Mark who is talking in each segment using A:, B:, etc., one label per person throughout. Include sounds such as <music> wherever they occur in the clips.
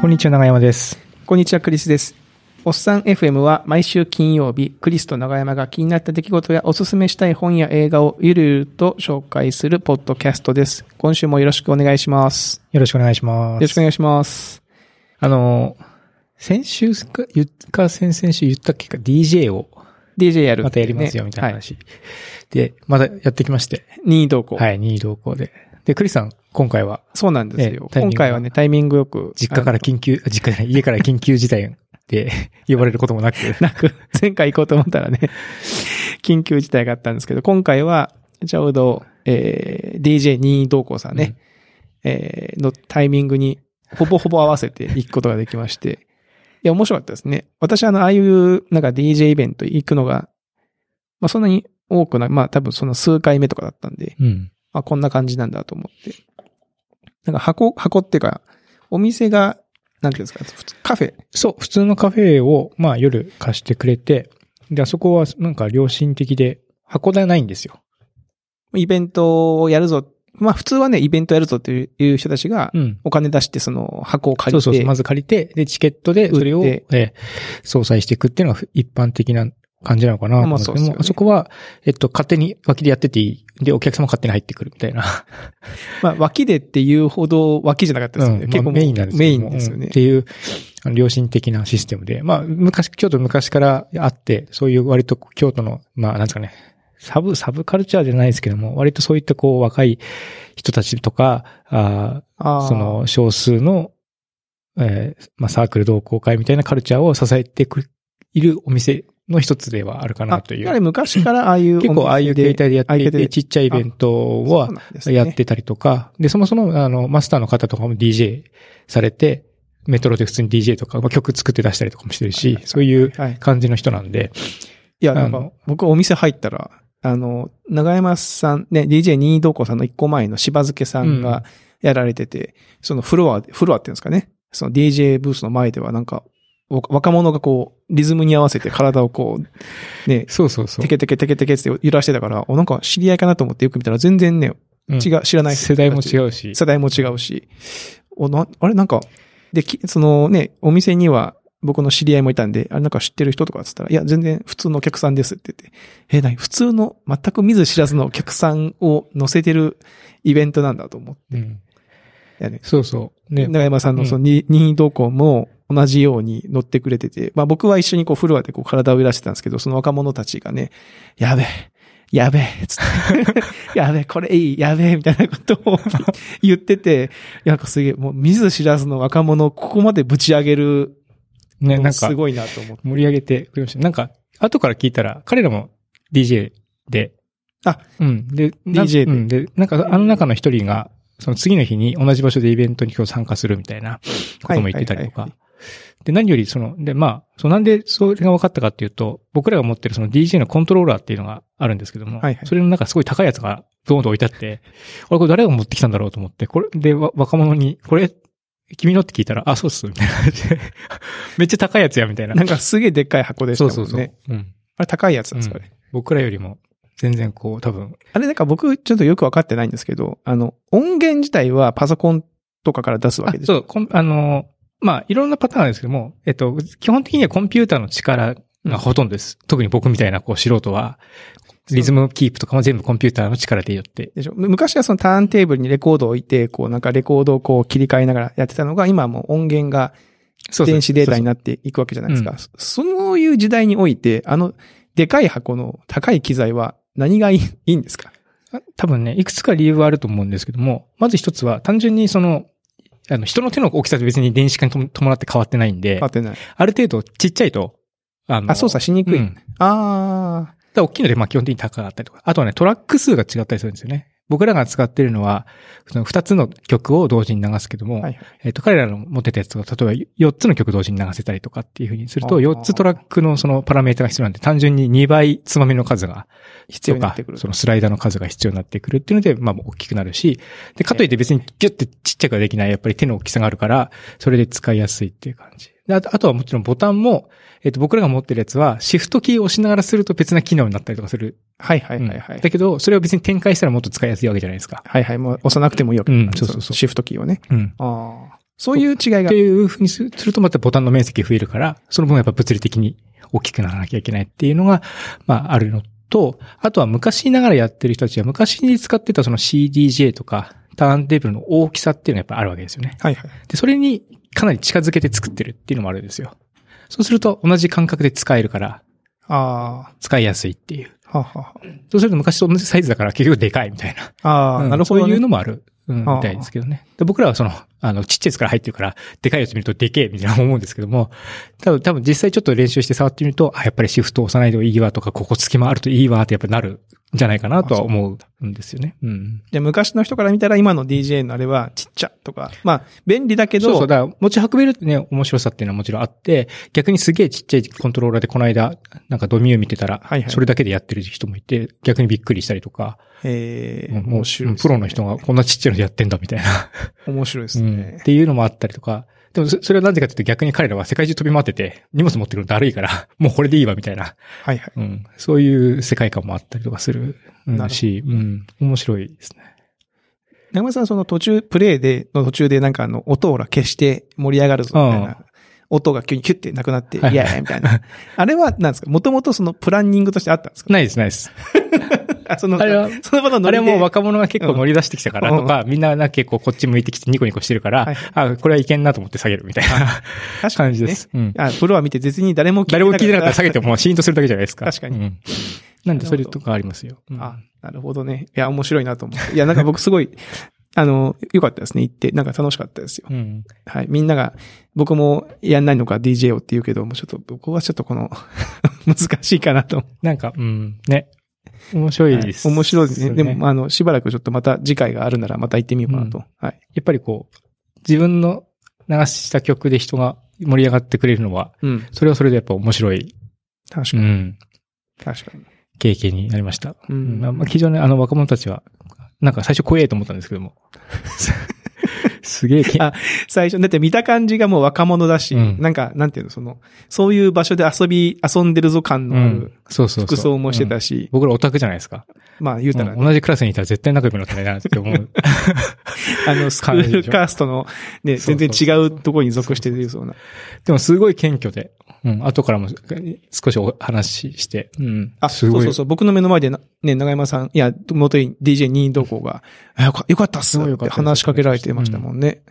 A: こんにちは、長山です。
B: こんにちは、クリスです。おっさん FM は毎週金曜日、クリスと長山が気になった出来事やおすすめしたい本や映画をゆるゆると紹介するポッドキャストです。今週もよろしくお願いします。
A: よろしくお願いします。
B: よろしくお願いします。
A: あの、先週か、言っか先々週言ったっけか、DJ を
B: DJ やる、
A: またやりますよ、みたいな
B: はい。
A: 話。で、またやってきまして。
B: 任意同行。
A: はい、任意同行で。で、クリスさん、今回は、
B: そうなんですよ
A: ええ。タイミングが
B: 今回はね、タイミングよく。
A: 実家から緊急、あ実家じゃない、家から緊急事態
B: <laughs>
A: で呼ばれることもなく。
B: あの。なく、前回行こうと思ったらね、緊急事態があったんですけど、今回は、ちょうど、えー、DJ 任意同行さんね、えーのタイミングに、ほぼほぼ合わせて行くことができまして。いや、面白かったですね。私、あの、ああいう、なんか DJ イベント行くのが、まあ、そんなに多くない。まあ、多分その数回目とかだったんで、
A: うん。うん。
B: あ、こんな感じなんだと思って。なんか箱、箱っていうか、お店が、なんていうんですか、普通カフェ。
A: そう、普通のカフェを、まあ夜貸してくれて、で、あそこはなんか良心的で、箱ではないんですよ。
B: イベントをやるぞ。まあ普通はね、イベントやるぞっていういう人たちが、
A: うん。
B: お金出してその箱を借
A: そう
B: りて。
A: そうそう、まず借りて、で、チケットでそれを、
B: 売っ
A: え
B: て
A: ー相殺していくっていうのが一般的な感じなのかなと思うんですけども、
B: まあそうですよね
A: あそこは、えっと、勝手に脇でやってていい。で、お客様勝手に入ってくるみたいな。
B: まあ脇でっていうほど脇じゃなかったですよね。
A: うん
B: 結構
A: ま
B: も
A: あ
B: う
A: メインなんですけ
B: メイ
A: ども
B: ンですよ
A: うん
B: ね
A: っ。ていう、あの良心的なシステムで。まあ、昔、京都昔からあって、そういう割と京都の、まあ、なんですかね、サブ、サブカルチャーじゃないですけども、割とそういったこう、若い人たちとか、あ
B: あ
A: ー
B: ー
A: その、少数の、えーまあ、サークル同好会みたいなカルチャーを支えてくいるお店の一つではあるかな
B: あ
A: とい
B: やはり
A: う。
B: 昔からああいうお店で。
A: 結構、ああいう形態でやってい
B: ああいう形態
A: て、
B: で
A: ちっちゃいイベントは
B: そう、なんですね
A: やってたりとか、で、そもそも、あの、マスターの方とかも DJ されて、メトロで普通に DJ とか、まあ、曲作って出したりとかもしてるし、そういう
B: はい。
A: 感じの人なんで、
B: いや、なん
A: あ
B: か
A: の
B: 僕お店入ったら、あの、長山さん、ね、DJ 任意同行さんの一個前の柴漬さん
A: うん
B: がやられてて、そのフロアで、フロアっていうんですかね、その DJ ブースの前ではなんか、わ若者がこう、リズムに合わせて体をこう、ね、
A: <laughs> そうそうそう
B: テ。ケテケテケテケって揺らしてたから、お、なんか知り合いかなと思ってよく見たら全然ね、
A: うん
B: 違う、知らない
A: 世代も
B: う。
A: 違うし、
B: 世代も違うし、お、な、あれなんか、で、きそのね、お店には僕の知り合いもいたんで、あれなんか知ってる人とかっつったら、いや、全然普通のお客さんですって言って、え、なに、普通の、全く見ず知らずのお客さんを乗せてるイベントなんだと思って。
A: うん
B: いやね
A: そうそう。ね、
B: 長山さんのそのに任意同行も同じように乗ってくれてて、まあ僕は一緒にこうフロアでこう体を揺らしてたんですけど、その若者たちがね、やべえ、やべえ、つって、 <laughs> やべえ、これいい、やべえ、みたいなことを言ってて、いやなんかすげえ、もう見ず知らずの若者をここまでぶち上げる
A: ね、な
B: のが
A: んか
B: す、ごいなと思って。
A: 盛り上げてくれました。なんか、後から聞いたら、彼らも DJ で、
B: あ、
A: うん、で、な
B: DJ で
A: うん、で、なんか、あの中の一人が、その次の日に同じ場所でイベントに今日参加するみたいなことも言ってたりと
B: はいはいはいは
A: か。で、何よりその、で、まあ、そうなんでそれが分かったかっていうと、僕らが持ってるその DJ のコントローラーっていうのがあるんですけども、
B: はいはい
A: それのなんかすごい高いやつがドーンと置いてあって、俺これ誰が持ってきたんだろうと思って、これ、で、わ若者に、これ、君のって聞いたら、あ、そうっす、みたいな感じで。 <laughs> めっちゃ高いやつや、みたいな。
B: なんかすげえでっかい箱でした
A: そ
B: も
A: うん
B: ね。
A: そうそう。うん。
B: あれ高いやつなんですかね。
A: 僕らよりも、全然こう、多分、
B: あれなんか僕ちょっとよくわかってないんですけど、あの、音源自体はパソコンとかから出すわ
A: あ
B: けです
A: そう、こんあの、まあ、いろんなパターンなんですけども、えっと、基本的にはコンピューターの力がほとんどです。特に僕みたいな、こう、素人は、リズムキープとかも全部コンピューターの力でやって。
B: でしょむ昔はそのターンテーブルにレコードを置いて、こうなんかレコードをこう切り替えながらやってたのが、今はもう音源が
A: そうそう
B: 電子データに
A: そう
B: なっていくわけじゃないですか。そそういう時代において、あの、でかい箱の高い機材は何がいいいいんですか
A: そう多分ね、いくつか理由はあると思うんですけども、まず一つは、単純にその、あの、人の手の大きさって別に電子化にとも伴って変わってないんで
B: 待、ってない。
A: ある程度ちっちゃいと、あの、
B: あ、操作
A: し
B: しにくい。
A: うん
B: あ
A: だから大きいので、まあ基本的に高かったりとか。あとはね、トラック数が違ったりするんですよね。僕らが使ってるのは、その2つの曲を同時に流すけども、
B: はいはい
A: えっ、と、彼らの持ってたやつを、例えば4つの曲同時に流せたりとかっていうふうにする
B: あ
A: と、
B: ー
A: 4つトラックのそのパラメータが必要なんで、単純に2倍つまみの数が
B: ー、必要になってく
A: と
B: る
A: か。そのスライダーの数が必要になってくるっていうので、まあ大きくなるし、で、かといって別にギュッてちっちゃくはできない、やっぱり手の大きさがあるから、それで使いやすいっていう感じ。であとあとはもちろんボタンも、えっ、と、僕らが持ってるやつは、シフトキーを押しながらすると別な機能になったりとかする。
B: はいはいはいは
A: うん
B: い。
A: だけど、それを別に展開したらもっと使いやすいわけじゃないですか。
B: はいはい。もう押さなくてもいいわけだからね、
A: うんそうそうそう
B: シフトキーをね。
A: うん。
B: ああ。そういう違いが
A: って。いうふうにするするとまたボタンの面積増えるから、その分やっぱ物理的に大きくならなきゃいけないっていうのが、まああるのと、あとは昔ながらやってる人たちは昔に使ってたその CDJ とかターンテーブルの大きさっていうのがやっぱあるわけですよね。
B: はいはい。
A: で、それにかなり近づけて作ってるっていうのもあるんですよ。そうすると同じ感覚で使えるから、
B: あ
A: 使いやすいっていう。
B: あ、はあは
A: そうすると昔と同じサイズだから結局でかいみたいな。
B: あ。ああ、
A: うん
B: なるほど、ね。
A: そういうのもある。うん、み
B: ああ
A: たいですけどね。で僕らはその、あの、ちっちゃいやつから入ってるから、でかいやつ見るとでけえみたいな思うんですけども、多分、多分実際ちょっと練習して触ってみると、あ、やっぱりシフト押さないといいわとか、ここ隙間あるといいわってやっぱなるんじゃないかなとは思うんですよね。うん。
B: で、昔の人から見たら今の DJ のあれはちっちゃとか、まあ、便利だけど、
A: そうそう、だから持ち運べるってね、面白さっていうのはもちろんあって、逆にすげえちっちゃいコントローラーでこの間、なんかドミュー見てたら、
B: はいはい
A: それだけでやってる人もいて、逆にびっくりしたりとか、
B: ええ
A: もうも
B: 面
A: う
B: 白い、
A: プロの人が。こんなちっちゃいのでやってんだみたいな。
B: 面白いです
A: うん
B: ね
A: っ。ていうのもあったりとか、でもそそれはなぜかというと逆に彼らは世界中飛び回ってて、荷物持ってくるのだるいから、 <laughs> もうこれでいいわみたいな、
B: はいはい。
A: うん、そういう世界観もあったりとかする、うん
B: なるほど
A: し、うん、面白いですね。
B: 長山さん、その途中、プレイで、の途中でなんかあの、音をほら消して盛り上がるぞ、みたい
A: うん
B: な。音が急にキュッてなくなって、イエ
A: はいはい
B: ーイみた
A: <laughs>
B: いな。あれは、なんですかもともとそのプランニングとしてあったんですか
A: ないです、ないです。
B: あ、その、
A: あれは
B: その場のノ
A: あ
B: リ
A: れ
B: で
A: はもう若者が結構乗り出してきたからとか、 <laughs> みんなな結構こっち向いてきてニコニコしてるから、
B: はい
A: あ、これはいけんなと思って下げるみたいな
B: 確か
A: 感
B: に
A: じ
B: ね
A: です。うん
B: あ、フロア見て別に誰も聞い
A: 誰も聞いてなかったら
B: た
A: 下げてもシーンとするだけじゃないですか。
B: 確かに
A: うんなんでそれとかありますよ。うん
B: あ、なるほどね。いや、面白いなと思って。いや、なんか僕すごい、あの、良かったですね。行って、なんか楽しかったですよ。
A: うん。
B: はい。みんなが、僕もやんないのか DJ をって言うけど、もうちょっと、僕はちょっとこの、 <laughs> 難しいかなと。
A: なんか、うん、ね。面白いです。
B: はい面白いですね。
A: そう
B: でも、あの、しばらくちょっとまた次回があるならまた行ってみようかなと。はい。
A: やっぱりこう、自分の流した曲で人が盛り上がってくれるのは、
B: うん。
A: それはそれでやっぱ面白い、
B: 確か
A: う
B: に。
A: ん、
B: 確かに。
A: 経験になりました。
B: う
A: うんまあ
B: ん。
A: まあ、非常にあの若者たちは、なんか最初怖えと思ったんですけ
B: <laughs>
A: ども。すげえけん、
B: あ最初、だって見た感じがもう若者だし、
A: うん
B: なんか、なんていうの、その、そういう場所で遊び、遊んでるぞ感
A: う
B: のある
A: ん、そうそうそう。
B: 服装もしてた
A: し。
B: し、
A: 僕らオタクじゃないですか。
B: まあ言うたらね、
A: うん同じクラスにいたら絶対仲良くなってないなって思
B: <laughs>
A: う。
B: あの、スク
A: 感じ
B: ー
A: で
B: ル
A: しょ
B: カーストのね、
A: そうそ
B: 全
A: う
B: 然違うところに属しているそうな。
A: でもすごい謙虚で、うん、後からも少しお話しして、うん。
B: あ、
A: す
B: そう
A: ごい
B: そうそう。僕の目の前でな、ね、長山さん、いや、元に DJ 任意同行が、あよかよかったっす
A: すごい
B: っ
A: よかっ
B: て
A: たです
B: 話しかけられてましたもんね。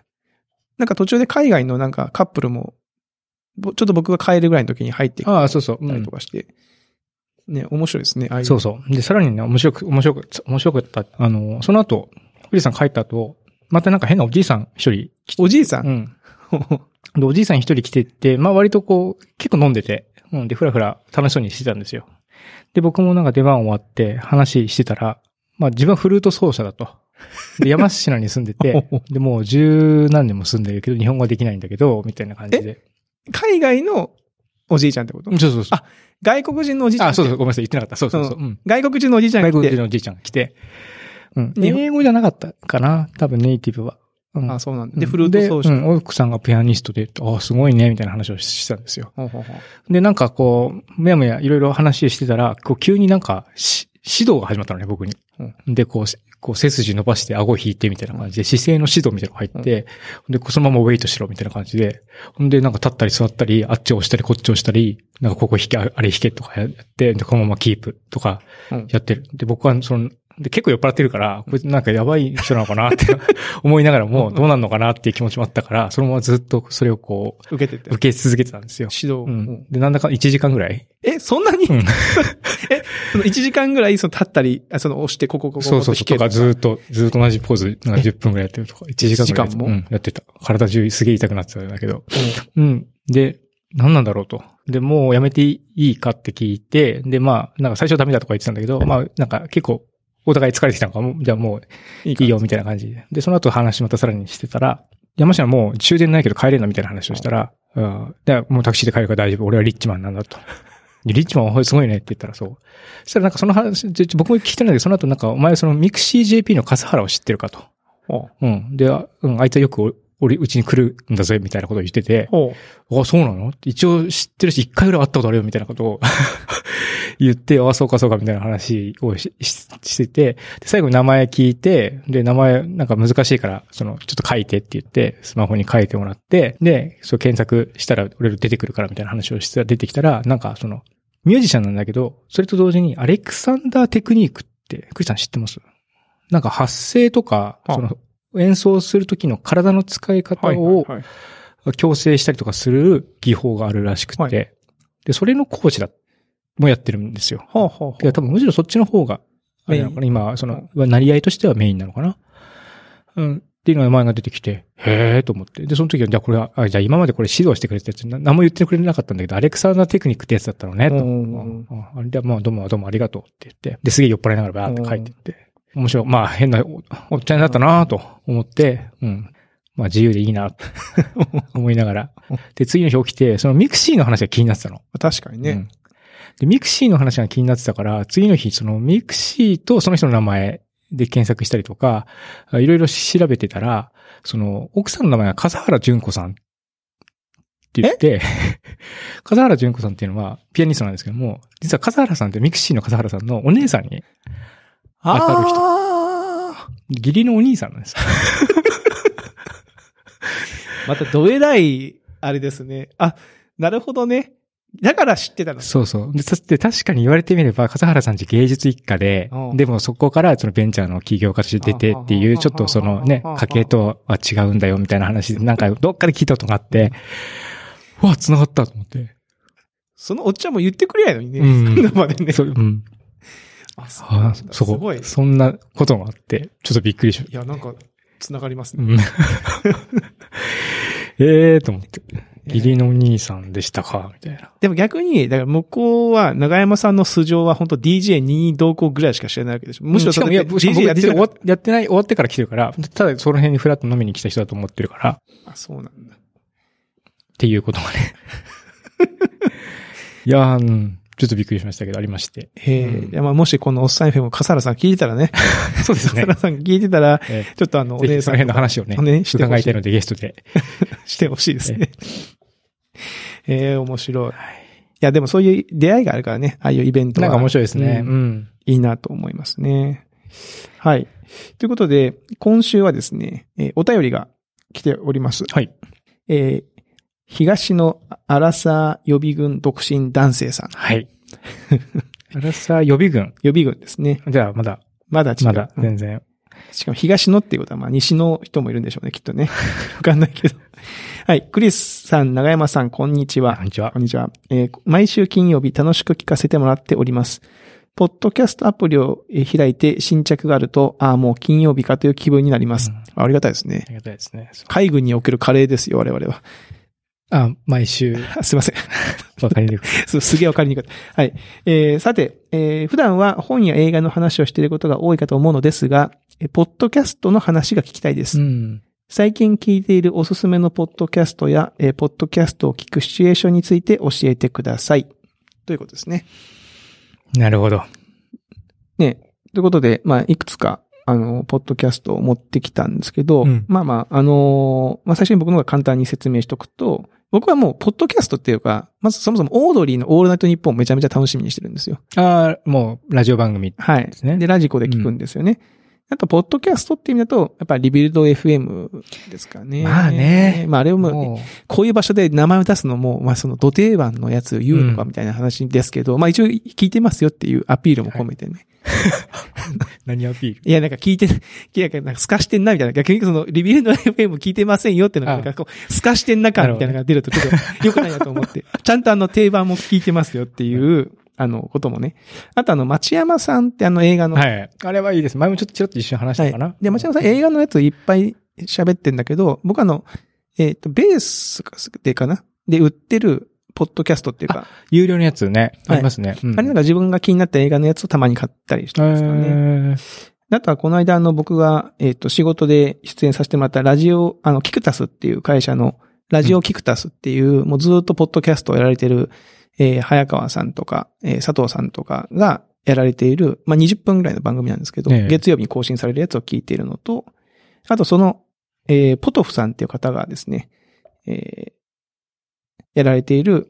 B: なんか途中で海外のなんかカップルも、ぼちょっと僕が帰るぐらいの時に入ってき
A: ああ、そうそう。う
B: たり
A: ん
B: とかして、ね、面白いですね、ああいう。
A: そうそう。で、さらにね、面白く、面白く、面白かった。あの、その後、富士山帰った後、またなんか変なおじいさん一人来て、
B: おじいさん。
A: うん。 <laughs> で、おじいさん一人来てって、まあ割とこう、結構飲んでて、うんで、ふらふら楽しそうにしてたんですよ。で、僕もなんか出番終わって話してたら、まあ自分はフルート奏者だと。で、山科に住んで <laughs> て、で、もう十何年も住んでるけど、日本語はできないんだけど、みたいな感じで。
B: 海外のおじいちゃんってこと
A: そうそうそう。
B: 外国人のおじいちゃん。
A: あ、そうそう、ごめんなさい、言ってなかった。そうそうそう。
B: う
A: うん
B: 外国人のおじいちゃんが
A: 外
B: 来
A: 国
B: て
A: 人のおじいちゃんが来て、うん。
B: 日本
A: 英語じゃなかったかな多分ネイティブは。うん
B: あ、そうなんだ。
A: うん
B: で、フルート奏者。
A: でうん、奥さんがピアニストで、ああ、すごいね、みたいな話をしたんですよ。
B: ほうほうほう
A: で、なんかこう、むやむやいろいろ話してたら、こう急になんかし、指導が始まったのね、僕に。で、こうし、こう背筋伸ばして顎引いてみたいな感じで、姿勢の指導みたいなのが入って、で、こうそのままウェイトしろみたいな感じで、ほんで、なんか立ったり座ったり、あっち押したりこっち押したり、なんかここ引け、ああれ引けとかやって、で、このままキープとか
B: うん
A: やってる。で、僕はその、で、結構酔っ払ってるから、こいつなんかやばい人なのかなって思いながらも、どうなんのかなっていう気持ちもあったから、そのままずっとそれをこう、
B: 受けてて。
A: 受け続けてたんですよ。
B: 指導。
A: う
B: うん
A: ん。で、なんだか1時間ぐらい
B: <laughs> え、そんなに、
A: うん
B: え、その1時間ぐらい、その立ったり、あその押して、ここ、ここ、
A: そうそうそう。とか、ずーっと、ずーっと同じポーズ、なんか10分ぐらいやってるとか、1時間ぐらい
B: 時間も
A: うんやってた。体中すげえ痛くなってたんだけど。
B: と。
A: うん。で、何なんだろうと。で、もうやめていいかって聞いて、で、まあ、なんか最初はダメだとか言ってたんだけど、まあ、なんか結構、お互い疲れてきたのか、もうじゃあもう
B: いい
A: いいよ、みたいな感じで。で、その後話またさらにしてたら、山下はもう終電ないけど帰れんのみたいな話をしたら、うん。で、もうタクシーで帰るから大丈夫。俺はリッチマンなんだと。でリッチマンはすごいねって言ったらそう。そしたらなんかその話、ちょちょ僕も聞きたいんだけど、その後なんかお前そのミクシー JP の笠原を知ってるかと。
B: お
A: うん。で、あうん、あいつはよく俺、うちに来るんだぜ、みたいなことを言ってて、
B: ほ
A: あ、そうなの一応知ってるし、一回ぐらい会ったことあるよ、みたいなことを <laughs> 言って、あ、そうかそうか、みたいな話をしししてて、で最後に名前聞いて、で、名前なんか難しいから、その、ちょっと書いてって言って、スマホに書いてもらって、で、そう検索したら、俺出てくるから、みたいな話をしたら出てきたら、なんかその、ミュージシャンなんだけど、それと同時に、アレクサンダーテクニークって、クリスさん知ってますなんか発声とか、
B: あ。
A: その、演奏するときの体の使いう方
B: はいはい
A: を、
B: はい。
A: 強制したりとかする技法があるらしくて、
B: はい
A: で、それの講師だ、もやってるんですよ。
B: ほうほうほ
A: いや、多分むしろそっちの方が、あれなのかな今、その、なり合いとしてはメインなのかなうん。っていうのが前が出てきて、へえーと思って。で、その時は、じゃあこれは、あじゃあ今までこれ指導してくれたやつ、な何も言ってくれなかったんだけど、アレクサーナーテクニックってやつだったのね、と。
B: うん
A: ああれで、まあ、どうもどうもありがとうって言って、で、すげえ酔っ払いながらバーって書いてって、面白い、まあ、変なおおっちゃんになったなと思って、うん。まあ、自由でいいなと思いながら。で、次の日起きて、そのミクシーの話が気になってたの。
B: 確かに
A: う
B: ね。
A: んで、ミクシーの話が気になってたから、次の日、そのミクシーとその人の名前で検索したりとか、あいろいろ調べてたら、その、奥さんの名前が笠原淳子さんって言って、 <laughs> 笠原淳子さんっていうのはピアニストなんですけども、実は笠原さんってミクシーの笠原さんのお姉さんに、当たる人
B: あ
A: 義理のお兄さんなんですよ。
B: ーまたどえらい、あれですね。あ、なるほどね。だから知ってたの。
A: そうそう。で、そして確かに言われてみれば、笠原さんち芸術一家で
B: う、ん
A: でもそこからそのベンチャーの起業家として出てっていうう、
B: ん
A: ちょっとそのね
B: うん、
A: 家系とは違うんだよみたいな話で、なんかどっかで聞いたことがあって、うわ、繋がったと思って。
B: そのおっちゃんも言ってくれないのにね。
A: うん
B: そんなまでね。
A: そう、うん。
B: あ、そ
A: あ
B: なんだ
A: そ。。
B: すごいう
A: そんなこともあって、ちょっとびっくりしまし
B: いや、なんか、つながります
A: た。う
B: ね。
A: ん <laughs> ええと思って。義理のお兄さんでしたか、みたいな。
B: でも逆に、だから向こうは、長山さんの素性は本当 DJ2 同行ぐらいしか知らないわけでしょ。むしろ
A: し
B: そ
A: か
B: の
A: も、いや、しかも僕
B: DJ
A: やっ
B: やって
A: て
B: る
A: 終わやってない、終わってから来てるから、ただその辺にフラット飲みに来た人だと思ってるから、
B: あ、そうなんだ。
A: っていうことがね。 <laughs> いやー、うん、ちょっとびっくりしましたけど、ありまして。
B: へえ、
A: うん
B: いやまあもしこのおっさん FM を笠原さん聞いてたらね、
A: <laughs> そうです
B: 笠原さん聞いてたら、
A: え
B: ちょっとあの、お
A: えぜ
B: 姉
A: ひそ
B: さ
A: の
B: ん
A: 辺の話をね、
B: おねしてほ
A: 伺
B: し
A: いた
B: い
A: いのでゲストで。
B: してほしいですね。ええ面白い。いや、でもそういう出会いがあるからね、ああいうイベント
A: な
B: は。
A: んか面白いですね。
B: う
A: うんん。
B: いいなと思いますね。はい。ということで、今週はですね、えーお便りが来ております。
A: はい。
B: えー東のアラサー予備軍独身男性さん。
A: はい。 <laughs> アラサー予備軍。
B: 予備軍ですね。
A: じゃあ、まだ、
B: まだ違う。
A: まだ、
B: うん
A: 全然。
B: しかも東のっていうことは、まあ西の人もいるんでしょうね、きっと
A: <laughs>
B: ね。わかんないけど。はい。クリスさん、長山さん、こんにち
A: こ
B: は
A: ん。にちは
B: こ。んにちは。えー毎週金曜日楽しく聞かせてもらっております。ポッドキャストアプリをえー開いて新着があると、ああ、もう金曜日かという気分になります。
A: うん
B: ありがたいですね
A: あ。りがたいですね。そう
B: 海軍におけるカレーですよ、我々は。 <laughs>
A: あ、毎週、
B: あすいません。
A: わかりにくい。
B: すすげえわかりにくい。はい。えーさて、えー普段は本や映画の話をしていることが多いかと思うのですが、えーポッドキャストの話が聞きたいです。
A: うん。
B: 最近聞いているおすすめのポッドキャストや、えーポッドキャストを聞くシチュエーションについて教えてください。ということですね。
A: なるほど。
B: ね。ということで、まあ、いくつか、あの、ポッドキャストを持ってきたんですけど、
A: うん
B: まあまあ、あのーまあ、最初に僕の方が簡単に説明しとくと、僕はもう、ポッドキャストっていうか、まずそもそもオードリーのオールナイトニッポンめちゃめちゃ楽しみにしてるんですよ。
A: あーもう、ラジオ番組。
B: はい。
A: すね
B: で、ラジコで聞くんですよね。あと、ポッドキャストって意味だと、やっぱりリビルド FM ですかね。
A: まあね
B: まあ、あれをもう
A: も
B: こういう場所で名前を出すのも、まあその土定番のやつを言うのかみたいな話ですけど、まあ一応聞いてますよっていうアピールも込めてね。い、
A: う、何アピール
B: や、なんか聞いて、いや、なんか透かしてんなみたいな。逆にその、リビルド FM 聞いてませんよっていうのが、
A: あ
B: な
A: あ
B: んかこう、透かしてんな感みたいなのが出るとちょっと良くないなと思って。ちゃんとあの定番も聞いてますよって <laughs> いう、あの、こともね。あとあの、町山さんってあの映画の、
A: はい。あれはいいです。前もちょっとちょっと一瞬話したのかな、
B: で、町山さん映画のやついっぱい喋ってんだけど、僕あの、えっ、と、ベースでかなで売ってる、ポッドキャストっていうか、
A: 有料のやつね。
B: はい
A: ありますね。うん
B: あれなんか自分が気になった映画のやつをたまに買ったりしてますからね。
A: えー
B: あとはこの間あの僕が、えっ、と、仕事で出演させてもらったラジオ、あの、キクタスっていう会社の、ラジオキクタスっていう、もうずっとポッドキャストをやられてる、えー早川さんとか、えー佐藤さんとかがやられている、まあ、20分ぐらいの番組なんですけど、
A: ええ
B: 月曜日に更新されるやつを聞いているのと、あとその、えーポトフさんっていう方がですね、えーやられている、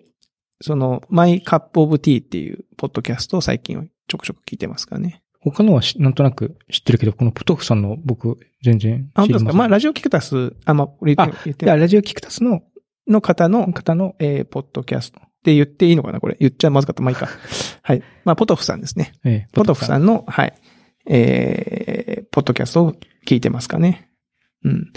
B: その、マイカップオブティーっていうポッドキャストを最近ちょくちょく聞いてますからね。
A: 他のはしなんとなく知ってるけど、このポトフさんの僕、全然
B: あ、
A: 知
B: 本
A: りま
B: 当です
A: せん。
B: かまあ、ラジオキクタス、あ、まあ、これ言って言って
A: でラジオキクタスの
B: の方の、
A: 方の、
B: えーポッドキャストって言っていいのかなこれ。言っちゃまずかった。まあい <laughs> いか。はい。まあ、ポトフさんですね。
A: えー
B: ポトフさ
A: ん。
B: んの、はい、えー、ポッドキャストを聞いてますかね。うん。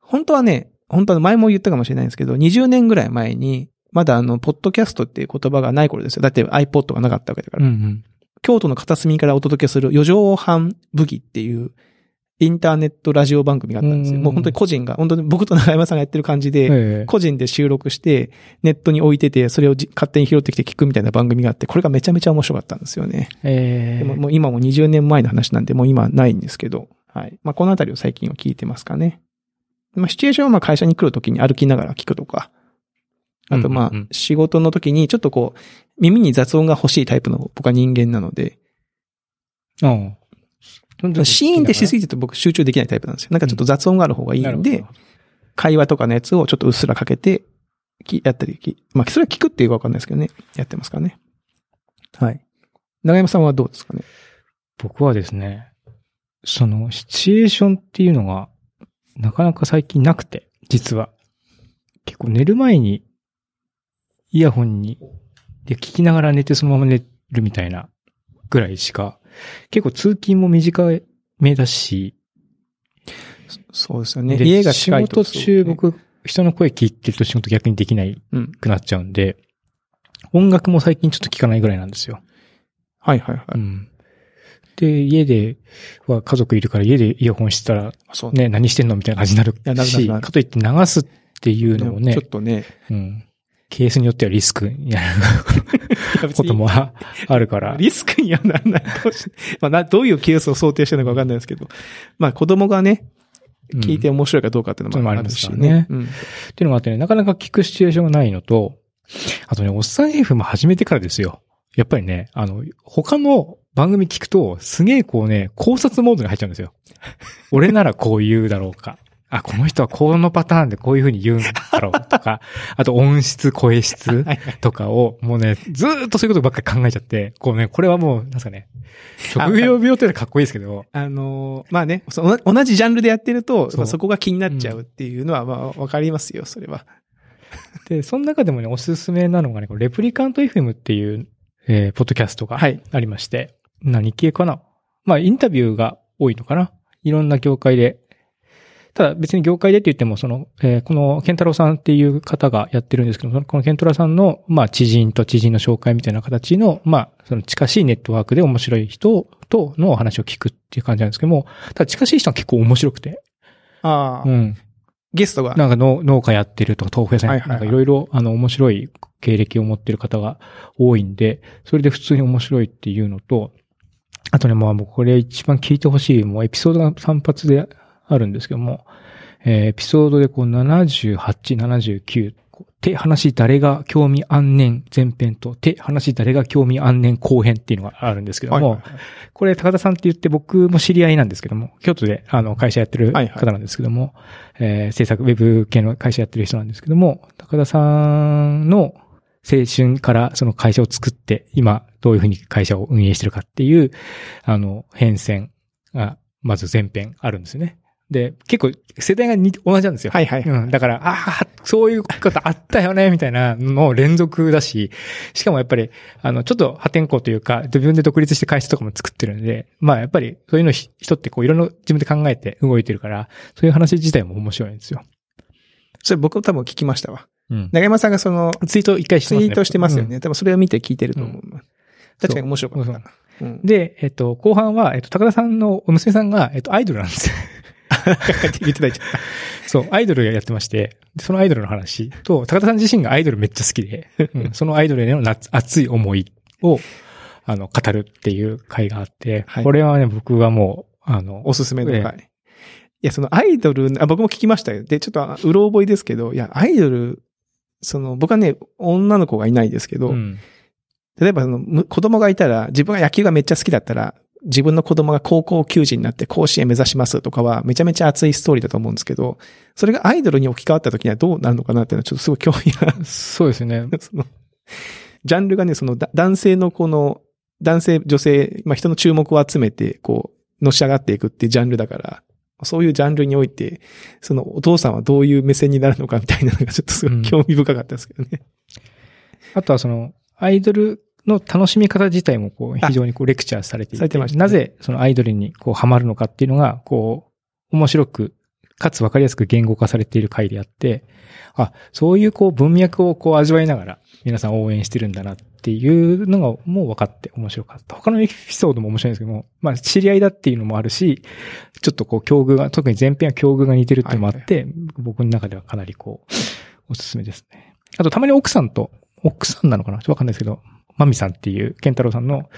B: 本当はね、本当は前も言ったかもしれないんですけど、20年ぐらい前に、まだあの、ポッドキャストっていう言葉がない頃ですよ。だって iPod がなかったわけだから。
A: うんうん。
B: 京都の片隅からお届けする四畳半ブギっていうインターネットラジオ番組があったんですよ。
A: うん
B: もう本当に個人が、本当に僕と長山さんがやってる感じで、
A: ええ
B: 個人で収録して、ネットに置いてて、それをじ勝手に拾ってきて聞くみたいな番組があって、これがめちゃめちゃ面白かったんですよね。
A: ええ
B: でももう今も20年前の話なんで、もう今ないんですけど、はい。まあ、このあたりを最近は聞いてますかね。まあ、シチュエーションはまあ会社に来るときに歩きながら聞くとか、あとまあ
A: うんうんうん、
B: 仕事のときにちょっとこう、耳に雑音が欲しいタイプの僕は人間なので、
A: うん。どんどん
B: シーンってしすぎてると僕集中できないタイプなんですよ。なんかちょっと雑音がある方がいい
A: なんるほ
B: で
A: ど、。
B: 会話とかのやつをちょっとうっすらかけて、きやったりき、まあ、それは聞くっていうかわかんないですけどね。やってますからね。はい。長山さんはどうですかね
A: 僕はですね、その、シチュエーションっていうのが、なかなか最近なくて、実は。結構寝る前に、イヤホンに、で、聞きながら寝てそのまま寝るみたいな、ぐらいしか、結構通勤も短めだし、
B: そうですよね。
A: で
B: 家が近いと、
A: 仕事中、。僕、人の声聞いてると仕事逆にできない
B: うん。
A: くなっちゃうんで、音楽も最近ちょっと聞かないぐらいなんですよ。
B: はいはいはい。
A: うん。で、家では家族いるから家でイヤホンしてたら、
B: そうね。
A: ね、何してんのみたいな感じになる
B: やなるなる
A: し、
B: なる
A: かといって流すっていうのもね
B: ちょっ、とね。
A: うん。ケースによってはリスクになるこ
B: ことと
A: も
B: も
A: ああるから。
B: リスクにはならないかもしれない。まあな、どういうケースを想定してるのかわかんないですけど。まあ、子供がね、
A: うん
B: 聞いて面白いかどうかっていうのもあるしね。
A: う
B: うん。
A: っていうのがあってね、なかなか聞くシチュエーションがないのと、あとね、おっさん F も始めてからですよ。やっぱりね、あの、他の番組聞くと、すげえこうね、考察モードに入っちゃうんですよ。 <laughs> 俺ならこう言うだろうか。あ、この人はこのパターンでこういう風に言うんだろうと
B: <laughs>
A: か、あと音質、声質
B: はい
A: とかを、もうね、ずーっとそういうことばっかり考えちゃって、こうね、これはもう、なんですかね、職業病というのはかっこいいですけど、
B: あのーまあね、その同じジャンルでやってると、
A: そう
B: まあそこが気になっちゃうっていうのは、まあ、わかりますよ、それは。
A: で、その中でもね、おすすめなのがね、このレプリカント FM っていう、えーポッドキャストが
B: はい
A: ありまして、何系かなまあ、インタビューが多いのかないろんな業界で。ただ別に業界でって言っても、その、えーこの、ケンタロウさんっていう方がやってるんですけど、そのこのケンタロウさんの、まあ、知人と知人の紹介みたいな形の、まあ、その近しいネットワークで面白い人とのお話を聞くっていう感じなんですけども、ただ近しい人は結構面白くて。
B: ああ、
A: うん。
B: ゲストが。
A: なんか農農家やってるとか、豆腐屋さん
B: は
A: やっ
B: いはい
A: な
B: は
A: ん
B: い
A: かいろいろ、あの、面白い経歴を持ってる方が多いんで、それで普通に面白いっていうのと、あとね、まあ、もうこれ一番聞いてほしい、もうエピソードが3発であるんですけども、えーエピソードでこう78、79、こう手話誰が興味安年前編と、手話誰が興味安年後編っていうのがあるんですけども、
B: はいはいはい
A: これ、高田さんって言って、僕も知り合いなんですけども、京都で、あの、会社やってる
B: はいはい
A: 方なんですけども、えー制作、ウェブ系の会社やってる人なんですけども、高田さんの青春からその会社を作って、今、どういうふうに会社を運営してるかっていう、あの、変遷が、まず前編あるんですよね。で、結構、世代がに同じなんですよ。
B: はいはいはい。
A: うん、だから、ああ、そういうことあったよね、みたいなの連続だし、しかもやっぱり、あの、ちょっと破天荒というか、自分で独立して会社とかも作ってるんで、まあやっぱり、そういうのひ人ってこう、いろいろ自分で考えて動いてるから、そういう話自体も面白いんですよ。
B: それ僕多分聞きましたわ。
A: うん。
B: 長山さんがその、
A: ツイート一回して
B: ツ
A: ます
B: イ
A: ね。
B: ートしてますよね。多分それを見て聞いてると思う。確かに面白かったな。うん
A: うん。で、えっと、後半は、えっと、高田さんのお娘さんが、えっと、アイドルなんですよ。
B: 言ってたじゃん。
A: そう、アイドルやってまして、でそのアイドルの話と、高田さん自身がアイドルめっちゃ好きで、うんそのアイドルへの夏熱い思いを、あの、語るっていう回があって、
B: はい
A: これはね、僕はもう、あの、
B: おすすめの回。いや、そのアイドル、あ僕も聞きましたよ。で、ちょっと、あうろ覚えですけど、いや、アイドル、その、僕はね、女の子がいないですけど、
A: うん
B: 例えばその、む子供がいたら、自分が野球がめっちゃ好きだったら、自分の子供が高校球児になって甲子園目指しますとかは、めちゃめちゃ熱いストーリーだと思うんですけど、それがアイドルに置き換わった時にはどうなるのかなっていうのはちょっとすごい興味が、
A: そうですね。
B: その、ジャンルがね、そのだ男性のこの、男性、女性、まあ人の注目を集めて、こう、のし上がっていくっていうジャンルだから、そういうジャンルにおいて、そのお父さんはどういう目線になるのかみたいなのがちょっとすごい興味深かったですけどね。
A: あとはその、アイドルの楽しみ方自体もこう、非常にこう、レクチャーされていて、
B: されてましたね
A: なぜそのアイドルにこう、ハマるのかっていうのが、こう、面白く、かつ分かりやすく言語化されている回であって、あ、そういうこう、文脈をこう、味わいながら、皆さん応援してるんだなっていうのがもう分かって面白かった。他のエピソードも面白いんですけども、まあ、知り合いだっていうのもあるし、ちょっとこう、境遇が、特に前編は境遇が似てるっていうのもあって、僕の中ではかなりこう、おすすめですね。あと、たまに奥さんと、奥さんなのかなちょっとわかんないですけど、マミさんっていう、ケンタロウさんの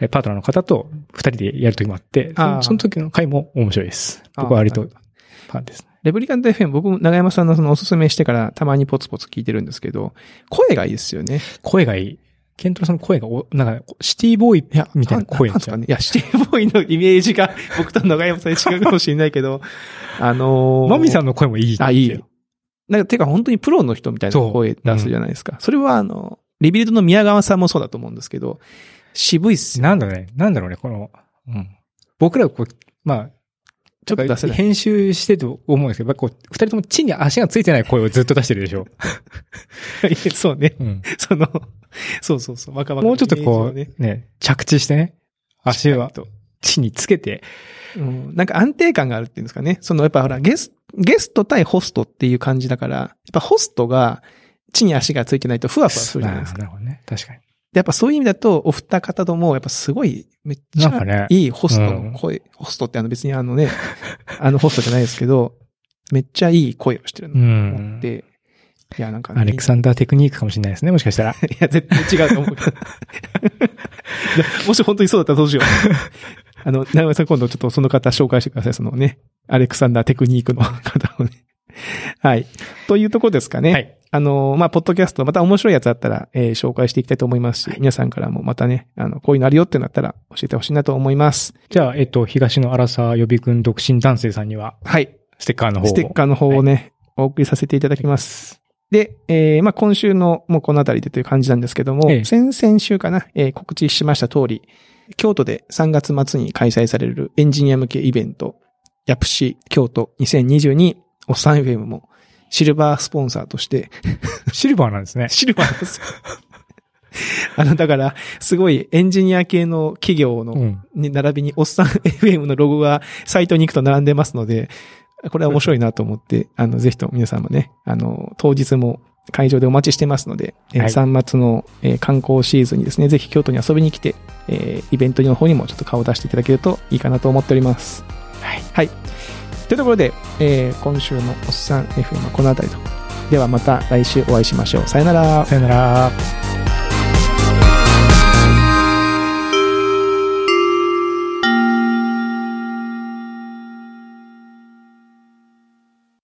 A: えーパートナーの方と二人でやるときもあって、そ
B: あ
A: の
B: ー
A: その時の回も面白いです。
B: あー
A: 僕は割と
B: は
A: ファンですね。
B: レブリカント FM、僕も長山さんのそのおすすめしてからたまにポツポツ聞いてるんですけど、声がいいですよね。
A: 声がいい。ケンタロウさんの声がお、なんか、シティボーイ
B: いや、
A: みたいな声
B: んですかね。いや、シティボーイのイメージが <laughs> 僕と長山さんに違うかもしれない
A: <laughs>
B: けど、あのー、
A: マミさ
B: ん
A: んの声もいい。
B: あ、いいよ。。なんか、てか本当にプロの人みたいな
A: そう
B: 声出すじゃないですか。そ,、れはあの、リビルドの宮川さんもそうだと思うんですけど、渋いっすね。
A: なんだろうね。なんだろうね、この、うん。僕らこう、まあ、
B: ちょっと出せない
A: 編集してて思うんですけど、やっぱこう、二人とも地に足がついてない声をずっと出してるでしょ。
B: そうね。 <laughs>
A: うん。
B: その、そうそうそう、若々
A: もうちょっとこ
B: イ
A: う、
B: メージをね
A: ね、着地してね、足は
B: しっかりと
A: 地につけて、
B: うん、なんか安定感があるっていうんですかね。そのやっぱほら、ゲスゲスト対ホストっていう感じだから、やっぱホストが地に足がついてないとふわふわするじゃないですか。
A: なるほどね。確かに。
B: でやっぱそういう意味だと、お二方とも、やっぱすごい、めっち
A: なんかね
B: ゃいいホストの声、ホストってあの別にあのね、あのホストじゃないですけど、めっちゃいい声をしてる
A: う
B: のを思
A: ん
B: っ。て、いやなんか、ね、
A: アレクサンダーテクニークかもしれないですね、もしかしたら。
B: いや、絶対違うと思うけ
A: <laughs>
B: ど。もし本当にそうだったらどうしよう。あの、長山さん今度ちょっとその方紹介してください。そのね、アレクサンダーテクニークの <laughs> 方をね。はい。というとこですかね。
A: はい
B: あの、まあ、ポッドキャスト、また面白いやつあったら、えー紹介していきたいと思いますし、皆さんからもまたね、あの、こういうのあるよってなったら教えてほしいなと思います。
A: じゃあ、えっと、東の荒沢予備軍独身男性さんには、
B: はい。
A: ステッカーの方を。
B: ステッカーの方をね、お送りさせていただきます。で、えーまあ今週の、もうこのあたりでという感じなんですけども、
A: ええ
B: 先々週かな、えー告知しました通り、京都で3月末に開催されるエンジニア向けイベント、ヤプシ京都2022おっさん FM も、シルバースポンサー
A: <laughs>
B: として、
A: シルバーなんですね。
B: シルバーですよ。 <laughs> あの、だから、すごいエンジニア系の企業の
A: うん。
B: に並びに、おっさん <laughs> FM のロゴがサイトに行くと並んでますので、これは面白いなと思って、あの、ぜひとも皆さんもね、あの、当日も会場でお待ちしてますので、えー
A: はい
B: 3月の、えー観光シーズンにですね、ぜひ京都に遊びに来て、えーイベントの方にもちょっと顔を出していただけるといいかなと思っております。
A: はい。
B: はい。というところで、えー今週のおっさん FM はこの辺りと。ではまた来週お会いしましょう。さよなら。
A: さよなら。